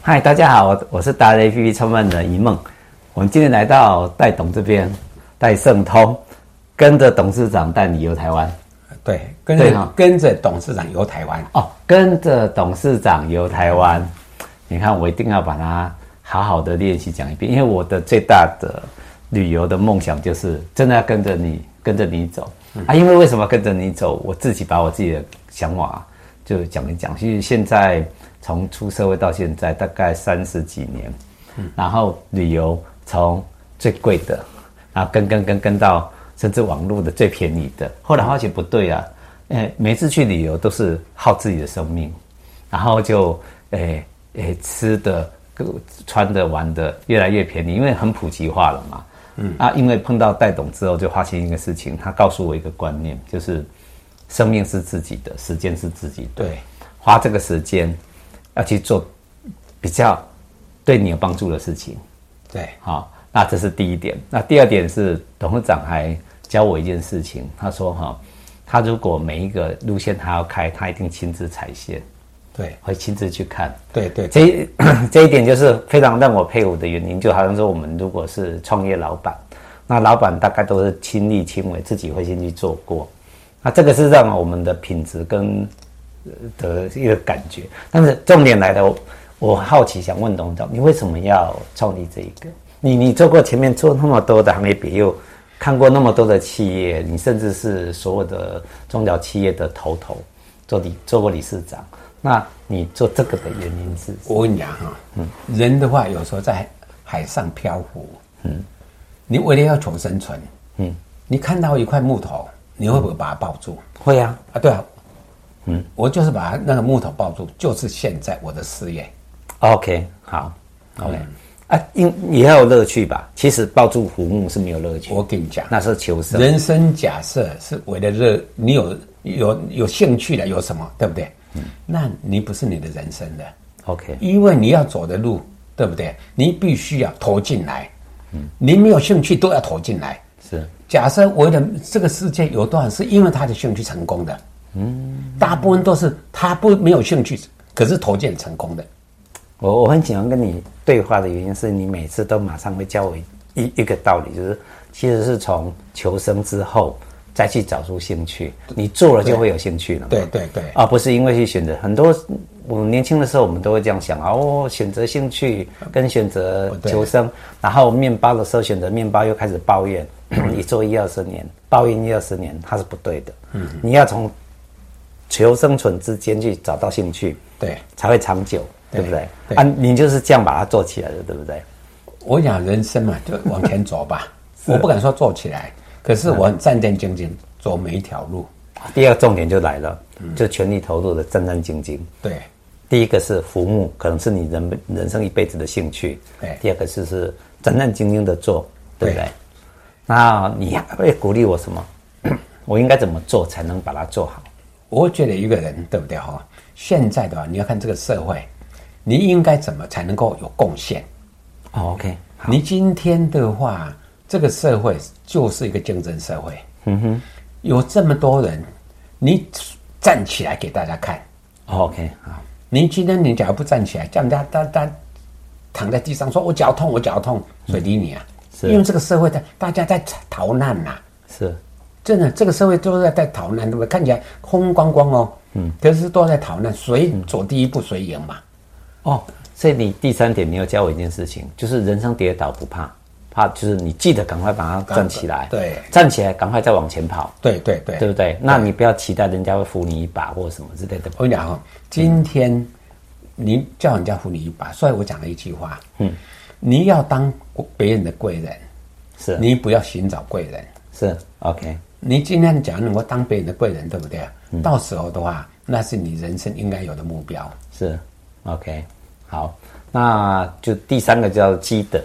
嗨，大家好，我我是达人 APP 创办人一梦。我们今天来到戴董这边，戴盛通，跟着董事长带你游台湾对，啊跟对哈着跟着董事长游台湾，哦，跟着董事长游台湾。你看，我一定要把它好好的练习讲一遍，因为我的最大的旅游的梦想就是真的要跟着你，跟着你走啊！因为为什么跟着你走？我自己把我自己的想法、就讲一讲。其实现在从出社会到现在，大概三十几年，然后旅游从最贵的，然后啊跟跟跟跟到甚至网络的最便宜的。后来发现不对啊，呃，每次去旅游都是耗自己的生命，然后就诶诶、吃的、各穿的、玩的越来越便宜，因为很普及化了嘛。嗯啊，因为碰到戴董之后，就发现一个事情，他告诉我一个观念，就是生命是自己的，时间是自己的。对，花这个时间要去做比较对你有帮助的事情。对，好、那这是第一点。那第二点是董事长还教我一件事情，他说哈、他如果每一个路线他要开，他一定亲自踩线，对，会亲自去看。对对，这一 这一点就是非常让我佩服的原因，就好像说我们如果是创业老板，那老板大概都是亲力亲为，自己会先去做过，那这个是让我们的品质跟呃的一个感觉。但是重点来了，我我好奇想问董事长，你为什么要创立这一个？你你做过前面做那么多的行业别又看过那么多的企业，你甚至是所有的中小企业的头头，做理做过理事长。那你做这个的原因是什么？我跟你讲哈、人的话有时候在海上漂浮，嗯，你为了要求生存，嗯，你看到一块木头，你会不会把它抱住？会啊，啊，对啊，嗯，我就是把那个木头抱住，就是现在我的事业， OK，好，OK，、啊，因也要有乐趣吧？其实抱住浮木是没有乐趣，我跟你讲，那是求生。人生假设是为了热，你有有有兴趣的有什么，对不对？嗯，那你不是你的人生的， OK，因为你要走的路，对不对？你必须要投进来，嗯，你没有兴趣都要投进来。是假设为了这个世界有多少人是因为他的兴趣成功的，嗯，大部分都是他不没有兴趣，可是投进成功的。我我很喜欢跟你对话的原因是你每次都马上会教我一一一个道理，就是其实是从求生之后再去找出兴趣，你做了就会有兴趣了嘛。啊对对对，而、不是因为去选择。很多我们年轻的时候，我们都会这样想啊，哦，选择兴趣跟选择嗯哦对求生，然后面包的时候选择面包，又开始抱 怨，你做一二十年，抱怨一二十年，它是不对的。嗯，你要从求生存之间去找到兴趣，对，才会长久，对不对？对啊，你就是这样把它做起来的，对不对？我想人生嘛，就往前走吧。我不敢说做起来，可是我很战战兢兢走每一条路。第二重点就来了，就全力投入的战战兢兢。对第一个是服务，可能是你人人生一辈子的兴趣；对第二个是是战战兢兢的做，对不对？对那你还会鼓励我什么？ 我应该怎么做才能把它做好？我觉得一个人对不对哈、现在的话，你要看这个社会，你应该怎么才能够有贡献？哦，OK，你今天的话，这个社会就是一个竞争社会。嗯哼，有这么多人，你站起来给大家看。哦，OK，好，你今天你假如不站起来，叫人家单单躺在地上说“我脚痛，我脚痛”，谁理你啊？是因为这个社会的大家在逃难呐、是真的，这个社会都在在逃难，对不对？看起来空光光哦，嗯，可是都在逃难，谁走第一步谁赢嘛？哦。所以你第三点，你要教我一件事情，就是人生跌倒不怕，怕就是你记得赶快把它站起来，对站起来赶快再往前跑，对对对，对不对？那你不要期待人家会扶你一把或什么之类的。我跟你讲哦，今天你叫人家扶你一把，所以我讲了一句话，嗯，你要当别人的贵人，是你不要寻找贵人。是 OK，你今天讲能够当别人的贵人，对不对？到时候的话，那是你人生应该有的目标。是，OK，好，那就第三个叫积德，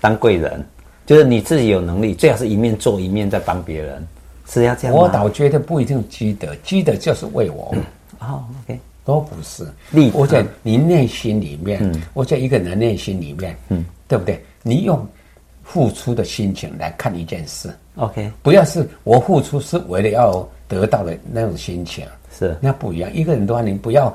当贵人，就是你自己有能力，最好是一面做一面在帮别人，是要这样吗？我倒觉得不一定积德，积德就是为我。哦，OK，都不是利。他我在你内心里面，我在一个人的内心里面，嗯，对不对？你用付出的心情来看一件事， OK，不要是我付出是为了要得到的那种心情，是那不一样。一个人的话，你不要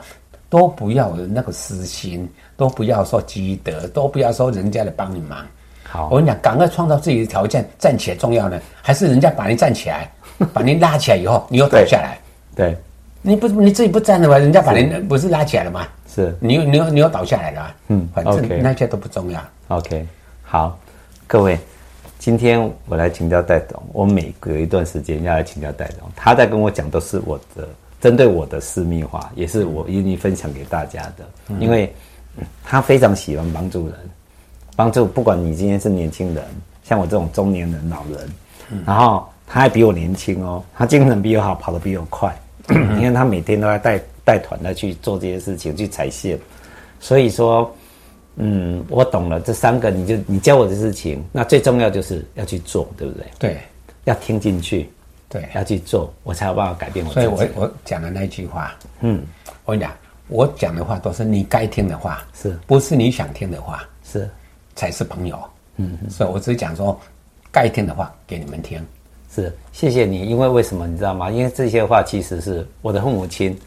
都不要有那个私心，都不要说积德，都不要说人家来帮你忙。好我跟你讲，赶快创造自己的条件，站起来重要呢，还是人家把你站 起来，把你拉起来以后，你又倒对下来？对，你不你自己不站了吗？人家把你不是拉起来了吗？是你又你又你又倒下来了啊、嗯反正 OK 那些都不重要。 OK，好，各位，今天我来请教戴董，我每隔一段时间要来请教戴董，他在跟我讲都是我的针对我的私密话，也是我愿意分享给大家的，因为嗯他非常喜欢帮助人，帮助不管你今天是年轻人，像我这种中年人、老人，然后他还比我年轻哦，他精神比我好，跑得比我快，你看他每天都在带带团的去做这些事情，去踩线，所以说。嗯，我懂了，这三个你就你教我的事情，那最重要就是要去做，对不对？对要听进去，对，要去做，我才有办法改变我自所以己。我我讲的那句话，嗯，我跟你讲，我讲的话都是你该听的话，是不是你想听的话是才是朋友？嗯，所以我只讲说该听的话给你们听。是，谢谢你，因为为什么你知道吗？因为这些话其实是我的父母亲，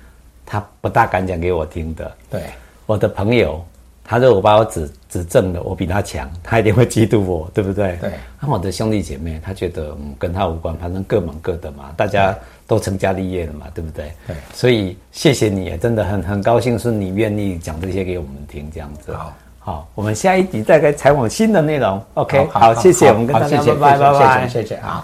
他不大敢讲给我听的。对我的朋友，他如果把我指指正了，我比他强，他一定会嫉妒我，对不对？对那我的兄弟姐妹，他觉得嗯跟他无关，反正各忙各的嘛，大家都成家立业了嘛，对不对？对所以谢谢你，真的很很高兴是你愿意讲这些给我们听，这样子。好，好，我们下一集再来采访新的内容。OK，好好好谢谢，好我们跟好大家谢谢拜拜，谢谢拜拜。谢谢谢谢啊。好